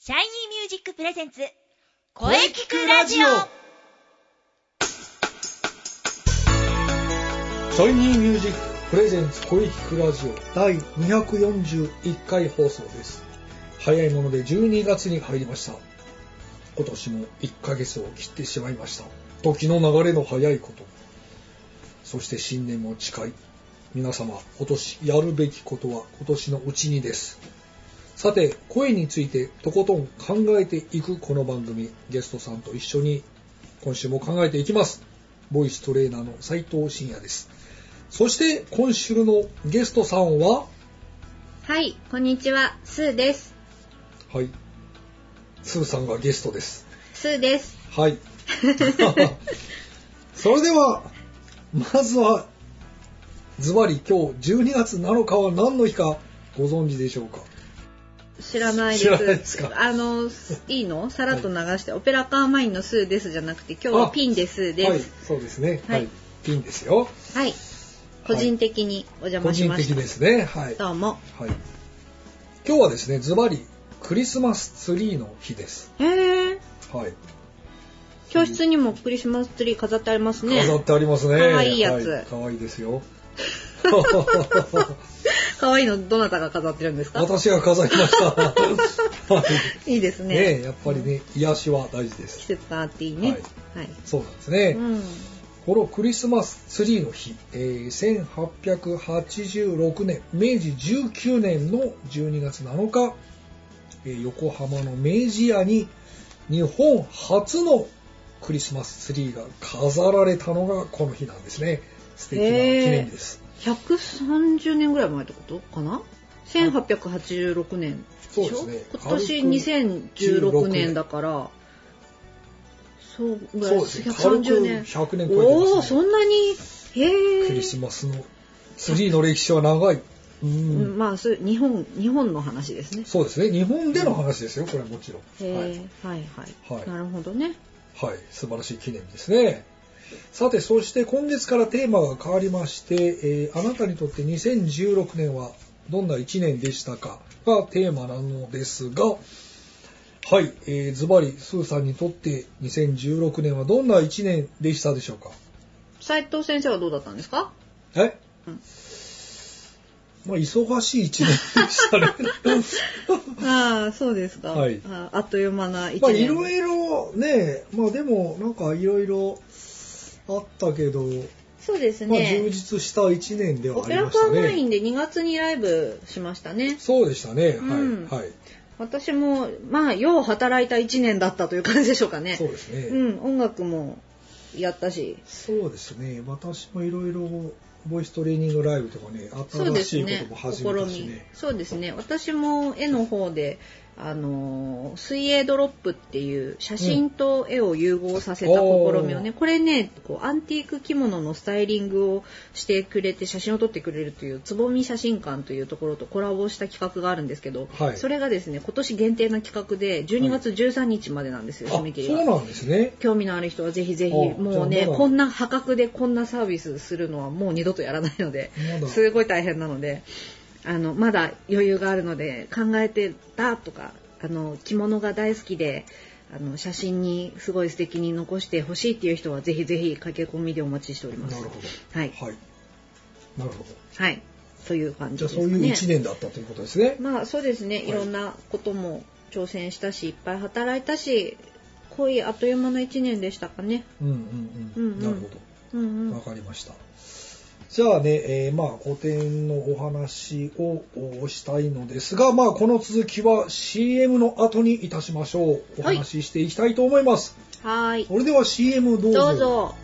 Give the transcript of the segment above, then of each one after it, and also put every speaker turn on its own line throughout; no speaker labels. シャイニーミュージックプレゼンツ
声聞くラジオ
シャイニーミュージックプレゼンツ声聞くラジオ第241回放送です。早いもので12月に入りました。今年も1ヶ月を切ってしまいました。時の流れの早いこと。そして新年も近い。皆様、今年やるべきことは今年のうちにです。さて、声についてとことん考えていくこの番組、ゲストさんと一緒に今週も考えていきます。ボイストレーナーの斉藤慎也です。そして今週のゲストさんは、
はい、こんにちは、スーです。
はい、スーさんがゲストです。
スーです。
はい。 それでは、まずは、ズバリ今日12月7日は何の日かご存知でしょうか
知らないです。
知らないですか
あの、すいいのさらっと流して、オペラカーマインのスーですじゃなくて、今日は
あ
ピンでスー
はい
です。、
そうですね。
は
はいい。ピンですよ。
はい。個人的にお邪
個
魔し
人
まし
的
た。
ですね。はい。
どうも。
はい。今日はですね、ズバリ、クリスマスツリーの日です。
へえ。
はい。
教室にもクリスマスツリー飾ってありますね。
飾ってありますね。
かわいいやつ
はかわいいですよ。
可愛いのどなたが飾ってるんですか
私が飾り ました。はい
いです
ね
ね。
えやっぱりね、癒しは大事で
季
す。
節があっていいね。はい。
そうなんですね。
うん。
このクリスマスツリーの日、えー1886年、明治19年の12月7日、えー横浜の明治屋に日本初のクリスマスツリーが飾られたのがこの日なんですね。素敵な記念日です。
130年ぐらい前ってことかな1886年でしょ
そうですね
今年2016年だからそうぐらい
そうですね。軽く
130年
100年超えてます、ね。
おおーそんなにへえ
クリスマスのツリーの歴史は長い。うん
うんまあそう日本日本の話ですね
そうですね。日本での話ですよ、これはもちろん。はい
へえ、はい、はい
はい
なるほどね
はい、素晴らしい記念ですね。さて、そして今月からテーマが変わりまして、えーあなたにとって2016年はどんな1年でしたかがテーマなのですが、はい、えーズバリ、スーさんにとって2016年はどんな1年でしたでしょうか
斉藤先生はどうだったんです か
え、
うん
まあ、忙しい1年でしたね。
ああそうですか、
はい
あーあっという間な一年
まあいろいろね、まあでもなんかいろいろあったけど、
そうです
まあ
ね、
充実した一年では
オ
あ
ペ
り
ラ
まし
カ
た
ーマイ
ね。
ンで2月にライブしましたね
そうでしたね。はい、
うん
はい、
私もまあよう働いた1年だったという感じでしょうかね
そうですね。
うん音楽もやったし
そうですね。私もいろいろボイストレーニングライブとかね、
そうです
新しいこと
ね
も始
試
めたし
み
ね。
そうですね私も絵の方であのー水泳ドロップっていう写真と絵を融合させた試みをね、
おー
これねこうアンティーク着物のスタイリングをしてくれて写真を撮ってくれるというつぼみ写真館というところとコラボした企画があるんですけど、
はい
それがですね今年限定の企画で12月13日までなんですよ、締め切りが
あ、そうなんですね。
興味のある人はぜひぜひ
あ
もう
じ
ね
ゃあまだ
こんな破格でこんなサービスするのはもう二度とやらないので
まだ
すごい大変なのであのまだ余裕があるので考えてたとかあの着物が大好きであの写真にすごい素敵に残してほしいっていう人はぜひぜひ駆け込みでお待ちしておりま
な
す
るほ。ど。
はい、
はい。なるほど。
はい、という感じ
じゃ
です
あそ
か
う
ね。
いう一年だったということですね。
まあそうですね、いろんなことも挑戦したしいっぱい働いたし濃いあっという間の1年でしたかね。
うんうん
う
うん
うん
ん。なるほど。
うんうん
わかりました。じゃあね、えーまあ古典のお話をおしたいのですが、まあこの続きは CM の後にいたしましょう。お
はい
話ししていきたいと思います。
はーい。
それでは CM どうぞ。
どうぞ。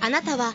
あなたは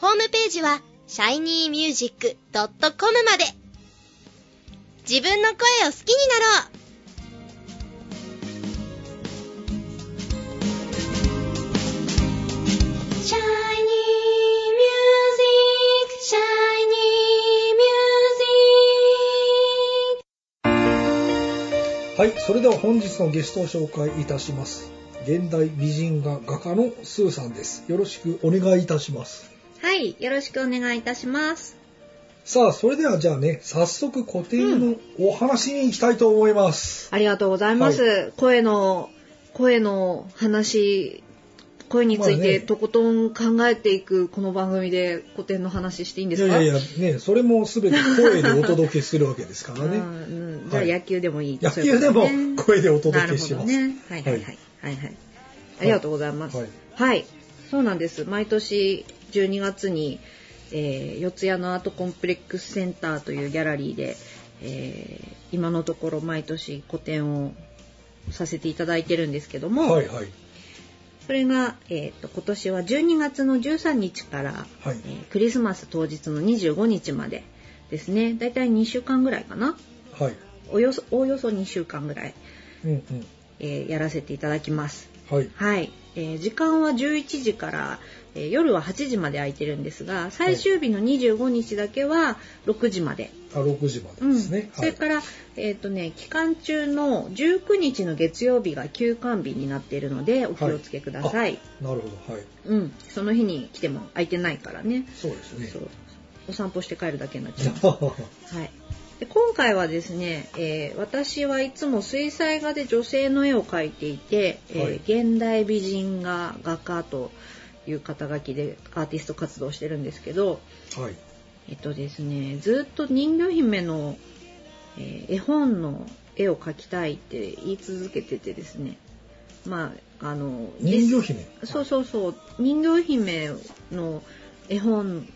ホームページは shinymusic.com まで自分の声を好きになろうシャイニーミュージック、シャイニ
はい、それでは本日のゲストを紹介いたします。現代美人画画家のスーさんです。よろしくお願いいたします。
はい、よろしくお願いいたします。
さあ、それではじゃあね、早速固定のお話に行きたいと思います。
ありがとうございます。声の、声の話、声につい
まあね
てとことん考えていくこの番組で古典の話していいんですか
いやいやいや、ね、それも全て声でお届けするわけですから
あ
ね。
ーうんじゃあ
はい
野球でもいい。
野
そういう
球
こ
で
と
も
ね
声でお届けします。
なるほどね。はいはいはい。
は
はいいはい。ありがとうございます。
は
はいい。そうなんです。毎年12月に、えー四谷のアートコンプレックスセンターというギャラリーで、えー今のところ毎年個展をさせていただいてるんですけども、
はいはい。
それが、えー、と今年は12月の13日から、
はい
えークリスマス当日の25日までですねだいたい2週間ぐらいかな
はい。
およそおおよそ2週間ぐらい、
うんうん。
えーやらせていただきます
はい。
はい、えー時間は11時から、えー夜は8時まで空いてるんですが最終日の25日だけは6時まで、
あ、6時まで
うん
ですね。
そ
は
れ
い。
から、えっとね、期間中の19日の月曜日が休館日になっているのでお気をつけくださ
はいなるほど。はい。
うん、その日に来ても空いてないからね。
そうですね
そ。うお散歩して帰るだけになっちゃう。
は
はい。で今回はですね、えー私はいつも水彩画で女性の絵を描いていて、えー
はい
現代美人画画家という肩書きでアーティスト活動してるんですけど、
い。
えっとですね、ずっと人魚姫の、えー絵本の絵を描きたいって言い続けててですね、まあ、あの、
人魚姫。
そうそうそう人形姫の絵本
アン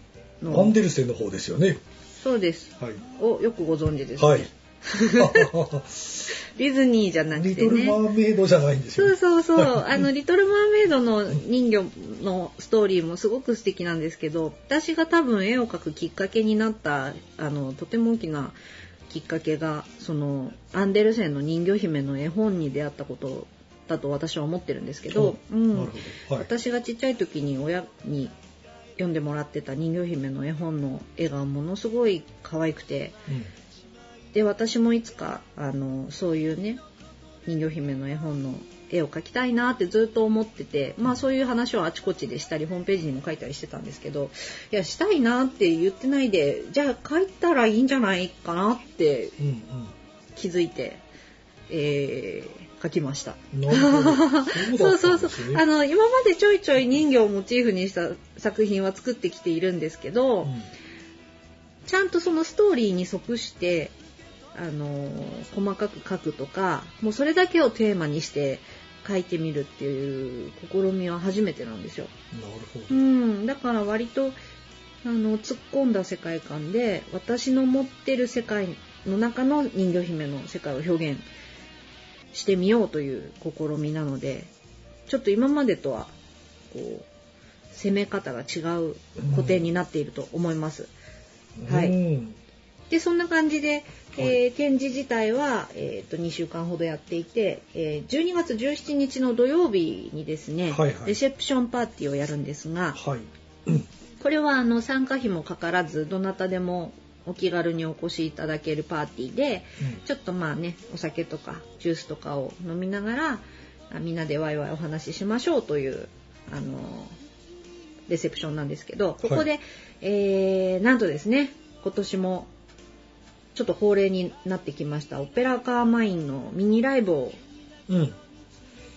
の
デルセンの方ですよね。
そうです
はい。
をよくご存知ですね、
はい。
ディズニーじゃなく
リ
て
トル
ね
マーメイドじゃないんです
そ
よ
う
ね。
そうそう あの「リトル・マーメイド」の人魚のストーリーもすごく素敵なんですけど私が多分絵を描くきっかけになったあのとても大きなきっかけがそのアンデルセンの人魚姫の絵本に出会ったことだと私は思ってるんですけど、
う
うんん
なるほど。はい。
私がちっちゃい時に親に読んでもらってた人魚姫の絵本の絵がものすごい可愛くて
うん
で私もいつかあのそういうね人魚姫の絵本の絵を描きたいなってずっと思っててまあそういう話をあちこちでしたりホームページにも書いたりしてたんですけどいやしたいなって言ってないでじゃあ描いたらいいんじゃないかなって
うん
気づいて、えー描きました。
うん。な るほど。
そうそうそ
だったんで
う
す。ね
あの、今までちょいちょい人魚をモチーフにした作品は作ってきているんですけど、
うん
ちゃんとそのストーリーに即して、あの、細かく書くとか、もうそれだけをテーマにして書いてみるっていう試みは初めてなんですよ。
なるほ
う
ど。
ん、だから割と、あの、突っ込んだ世界観で、私の持ってる世界の中の人魚姫の世界を表現してみようという試みなので、ちょっと今までとは、こう、攻め方が違う固定になっていると思います。はい
うん
で、そんな感じで、え
は
ー展示自体は、えーと2週間ほどやっていて、えー12月17日の土曜日にですね、
はいはい
レセプションパーティーをやるんですが、
はい。
これはあの参加費もかからずどなたでもお気軽にお越しいただけるパーティーでちょっとまあねお酒とかジュースとかを飲みながらあみんなでワイワイお話ししましょうというあのレセプションなんですけどここで、えーなんとですね今年もちょっと恒例になってきましたオペラカーマインのミニライブを
うん。うん。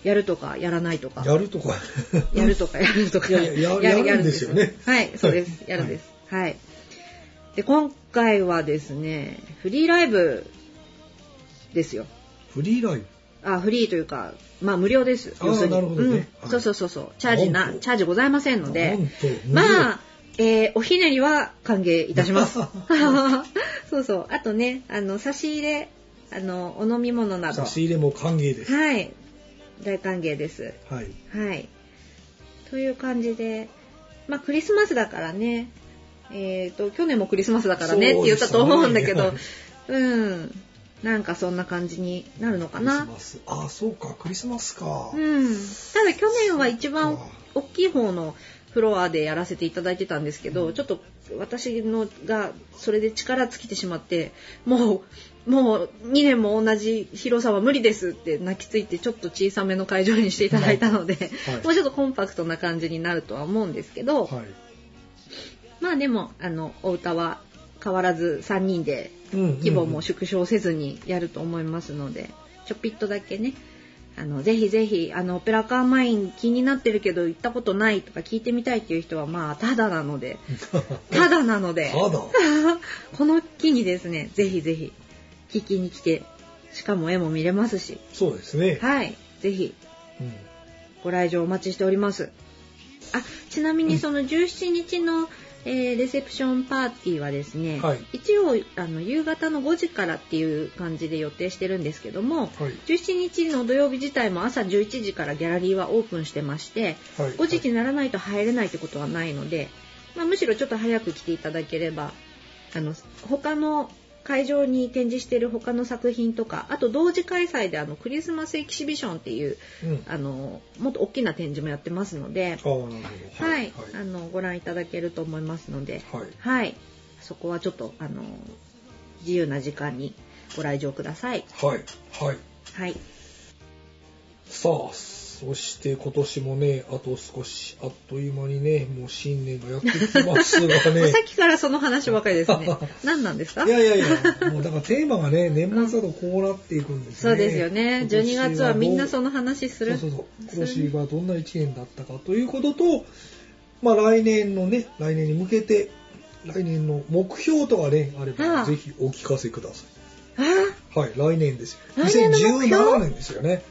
やるとかやらないとか
やるとか。
やるとかやるとか。
いやいやややるんですよね
はい、そうです。やるんです。はい。で、今回はですね、フリーライブですよ。
フリーライブ。
あ、フリーというか、まあ無料です。
あー
要するに
なるほどね
うん
はい
そうそうそうそう。チャージ
な
な、
んと
チャージございませんので。
なんと。
まあ、えーおひねりは歓迎いたします そうそう。あとね、あの、差し入れ、あのお飲み物など
差し入れも歓迎です。
はい大歓迎です
はい。
はいという感じでまあクリスマスだからねえっ、と去年もクリスマスだからねって言ったと思うんだけど
そう
う
で,、
んなんかそんな感じになるのか
クリス
な
マス。ああ、そうか、クリスマスか。
うんただ去年は一番大きい方のフロアでやらせていただいてたんですけど、ちょっと私のがそれで力尽きてしまってもうもう2年も同じ広さは無理ですって泣きついてちょっと小さめの会場にしていただいたので、
はい
もうちょっとコンパクトな感じになるとは思うんですけど、
はい。
まあでもあのお歌は変わらず3人で規
規
模も縮小せずにやると思いますので、ちょぴっとだけねあのぜひぜひあのオペラカーマイン気になってるけど行ったことないとか聞いてみたいっていう人はまあただなのでただなので
ただ。
この機にですねぜひぜひ聞きに来てしかも絵も見れますし
そうですね。
はいぜひ
うん
ご来場お待ちしておりますあちなみにその17日の、えーレセプションパーティーはですね、
はい
一応あの夕方の5時からっていう感じで予定してるんですけども
はい。
17日の土曜日自体も朝11時からギャラリーはオープンしてまして
はい。
5時にならないと入れないってことはないので、まあ、むしろちょっと早く来ていただければあの他の会場に展示している他の作品とかあと同時開催であのクリスマスエキシビションっていう
うん。あ
あのもっと大きな展示もやってますので
あ、なるほど。
はい、
はい。
あのご覧いただけると思いますので、
はい
はい、そこはちょっとあの自由な時間にご来場ください。
はい。はい。
はい、
さあ、そして今年もね、あと少し、あっという間にね、もう新年がやってきます
も
が
う
ね
さ。っきからその話ばかり ですね。何なんですか
い？やいやいや、もうだからテーマがね、年末だとこうなっていくんですね。
そうですよね。
今
12
年
月はみんなそ
どう
の話する。
そうそうそう。今年はどんな1年だったかということと、まあ来年のね、来年に向けて、来年の目標とかね、あれ
あ
ば、
あ
ぜひお聞かせくださ
あ
い。はい、来年ですよ。
来年の目標
2017年ですよね。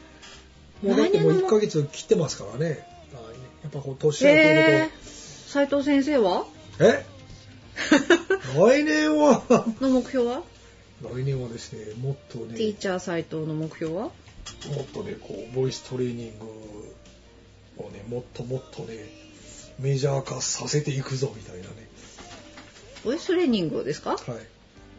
もうだってもう
来年
1
の
ヶ月切ってますからね。はいやっぱこう年
ー、
を取る
えー、斉藤先生は？
と、え来年は、
の目標は？
来年はですね、もっとね、
ティーチャー斉藤の目標は？
もっとね、こう、ボイストレーニングをね、もっともっとね、メジャー化させていくぞ、みたいなね。
ボイストレーニングですか？
はい。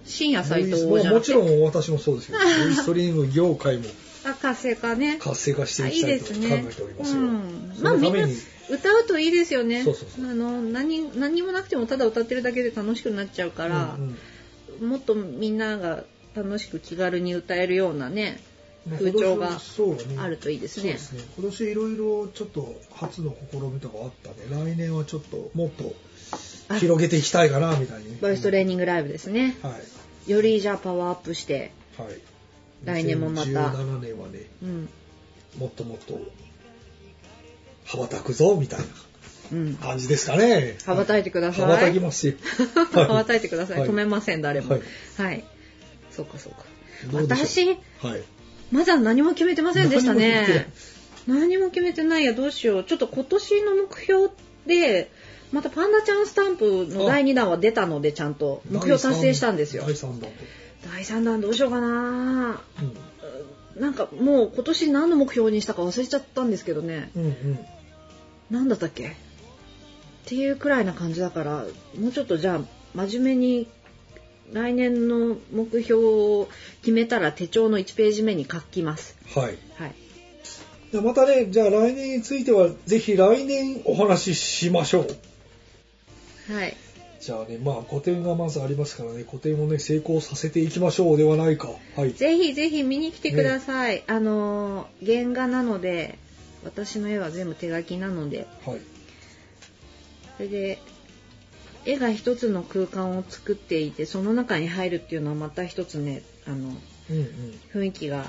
深夜斉藤
ボイ
じ
ス
ゃな
もも
く
ち
て
ろん私もそうで すけど、ボイストレーニング業界も
あ活性化ね。
活性化して
あ
い
い
き
い
たい
で
と
す
考
ね
えており。
う
ますよ。
ん。
そ
まあ
の
み
た
ん
め
な
に、
歌うといいですよね。
そうそうそう
あの何何もなくてもただ歌ってるだけで楽しくなっちゃうから
う、ん
もっとみんなが楽しく気軽に歌えるようなね
うん
風潮が
今年そうね
あるといいですね。
そうですね。今年いろいろちょっと初の試みとかあったんで、来年はちょっともっと
あ
広げていきたいかな、みたいにね。
ボイストレーニングライブですね。
はい。
よりじゃあパワーアップして、
はい。
来年もまた
2017年はね、
うん
もっともっと羽ばたくぞみたい
うん
な感じですかね。
羽ばたいてください。
羽ばたきますよ
羽ばたいてください。
は
止めません誰も
はい。
はい。そうかそうか。
どうでしょ
私
うはい。
まだ何も決めてませんでした
何も決めて
ね。何も決めてないや、どうしよう。ちょっと今年の目標で、またパンダちゃんスタンプの第2弾は出たので、ちゃんと目標達成したんですよ
第。三弾
第3弾どうしようかな
と。
なんかもう今年何の目標にしたか忘れちゃったんですけどね。
うん。うんうん。
何だったっけっていうくらいな感じだから、もうちょっとじゃあ真面目に来年の目標を決めたら手帳の1ページ目に書きます。
はい。
はい。
じゃあまたね、じゃあ来年については、ぜひ来年お話ししましょう。
はい。
じゃあね、まあ、個展がまずありますからね、個展をね、成功させていきましょうではないか。はい。
ぜひぜひ見に来てください。あのー原画なので、私の絵は全部手書きなので、
はい。
それで、絵が一つの空間を作っていて、その中に入るっていうのはまた一つね、あの、
うんうん。
雰囲気が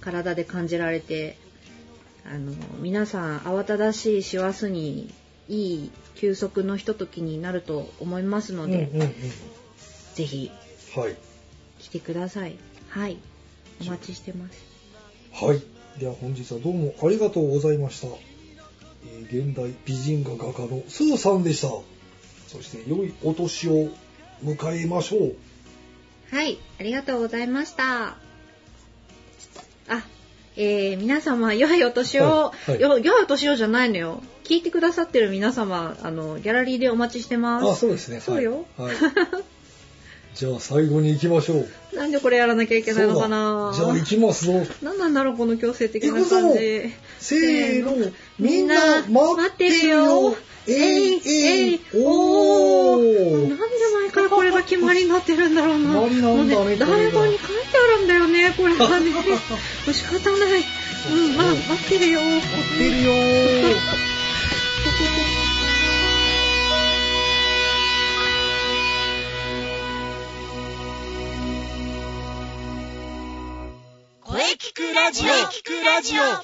体で感じられて、あの、皆さん慌ただしい師走に、いい休息のひとときになると思いますの
うん
で、
うんうん。
ぜひ
はい。
来てください。はい。お待ちしてます。
はい。では本日はどうもありがとうございました。えー現代美人画画家のスーさんでした。そして良いお年を迎えましょう。
はい、ありがとうございました。えー皆様、良いお年を、
はいはい
よ良いお年をじゃないのよ。聞いてくださってる皆様、あの、ギャラリーでお待ちしてます。
あそうですね
そうよ。
はいはい じゃあ最後に行きましょう
なんでこれやらなきゃいけないのかな
そうだじゃあ行きますぞ
なんなんだろう、この強制的な感じ。
せーのみんな待ってるよ
えい、えい、おー。なんで毎回これが決まりになってるんだろうな。
決まりなんだね
もう
これ
台
が
本に書いてあるんだよね、これが ね。もう仕方ない。うん、まあ、待ってるよ。
待ってるよ
声聞くラジオ聞くラジオ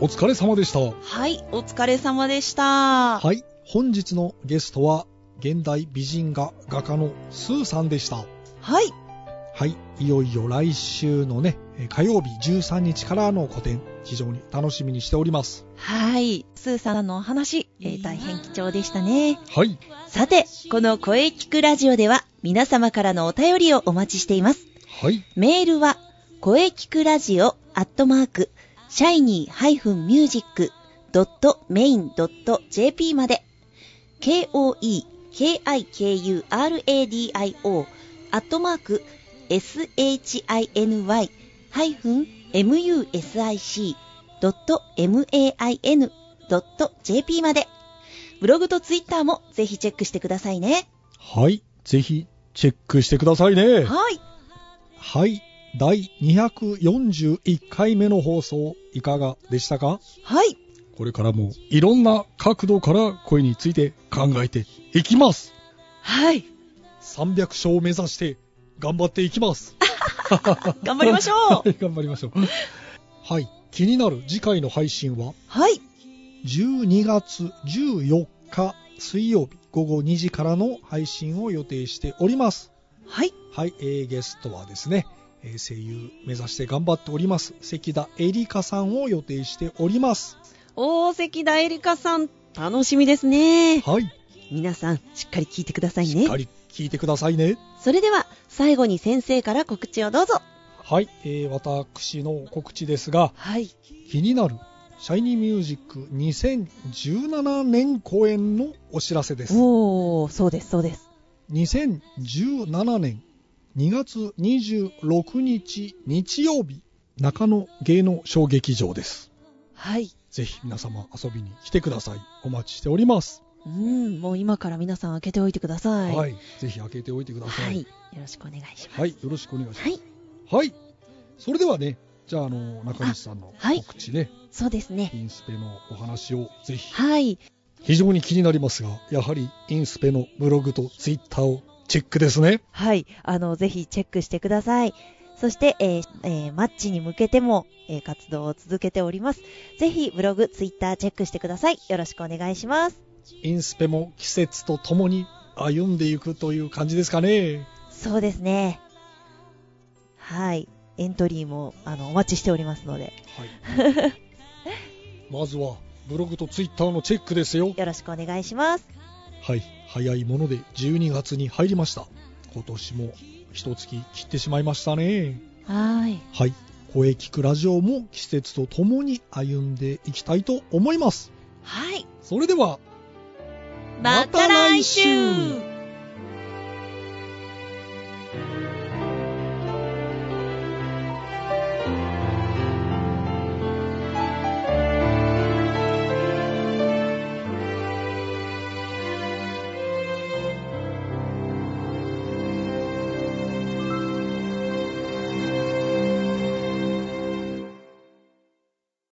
お疲れ様でした
はい、お疲れ様でした。
はい本日のゲストは現代美人画画家のスーさんでした
はい、
はい、いよいよ来週のね、えー火曜日13日からの個展、非常に楽しみにしております。
はい、スーさんのお話、えー大変貴重でしたね。
はい、
さて、この声聞くラジオでは皆様からのお便りをお待ちしています。
はい、
メールは、声聞くラジオアットマーク、シャイニー -music.main.jp まで、k-o-e-k-i-k-u-r-a-d-i-o アットマーク、shiny-music.main.jp まで、ブログとツイッターもぜひチェックしてくださいね。
はい、ぜひチェックしてくださいね。
はい。
はい、第241回目の放送、いかがでしたか
はい。
これからもいろんな角度から声について考えていきます。
はい。
300勝を目指して頑張っていきます。
頑張りましょう。
う頑張りましょう。はい、気になる次回の配信は
はい。
12月14日水曜日午後2時からの配信を予定しております。
はい。
はい、えーゲストはですね、えー声優目指して頑張っております、関田エリカさんを予定しております。
大関田エリカさん、楽しみですね。
はい、
皆さん、しっかり聞いてください
しっ
ね
か。り聞いてくださいね。
それでは、最後に先生から告知をどうぞ。
はい、えー私の告知ですが、
はい。
気になるシャイニーミュージック2017年公演のお知らせです。
おー、そうです、そうです。
2017年2月26日日曜日中野芸能小劇場です
はい。
ぜひ皆様遊びに来てくださいお待ちしております
うん、もう今から皆さん開けておいてくださ。
はいい、
い。
ぜひ開けておいてくださ
はいい。
はい、
よろしくお願いします。
よろしくお願いしま
はい。
すはいそれではねじゃああの中西さんの
あはい
告知ね、
そうですね。
インスペのお話をぜひ
はい。
非常に気になりますがやはりインスペのブログとツイッターをチェックですね
はい。あの、ぜひチェックしてください。そして、えーえーマッチに向けても、えー活動を続けております。ぜひ、ブログ、ツイッターチェックしてください。よろしくお願いします。
インスペも季節とともに歩んでいくという感じですかね
そうですね。はい。エントリーも、あの、お待ちしておりますので、
はい、 まずはブログとツイッターのチェックですよ
よろしくお願いします。
はい早いもので12月に入りました今年も一月切ってしまいましたね
はい。
はい声聞くラジオも季節とともに歩んでいきたいと思います
はい。
それでは
また来週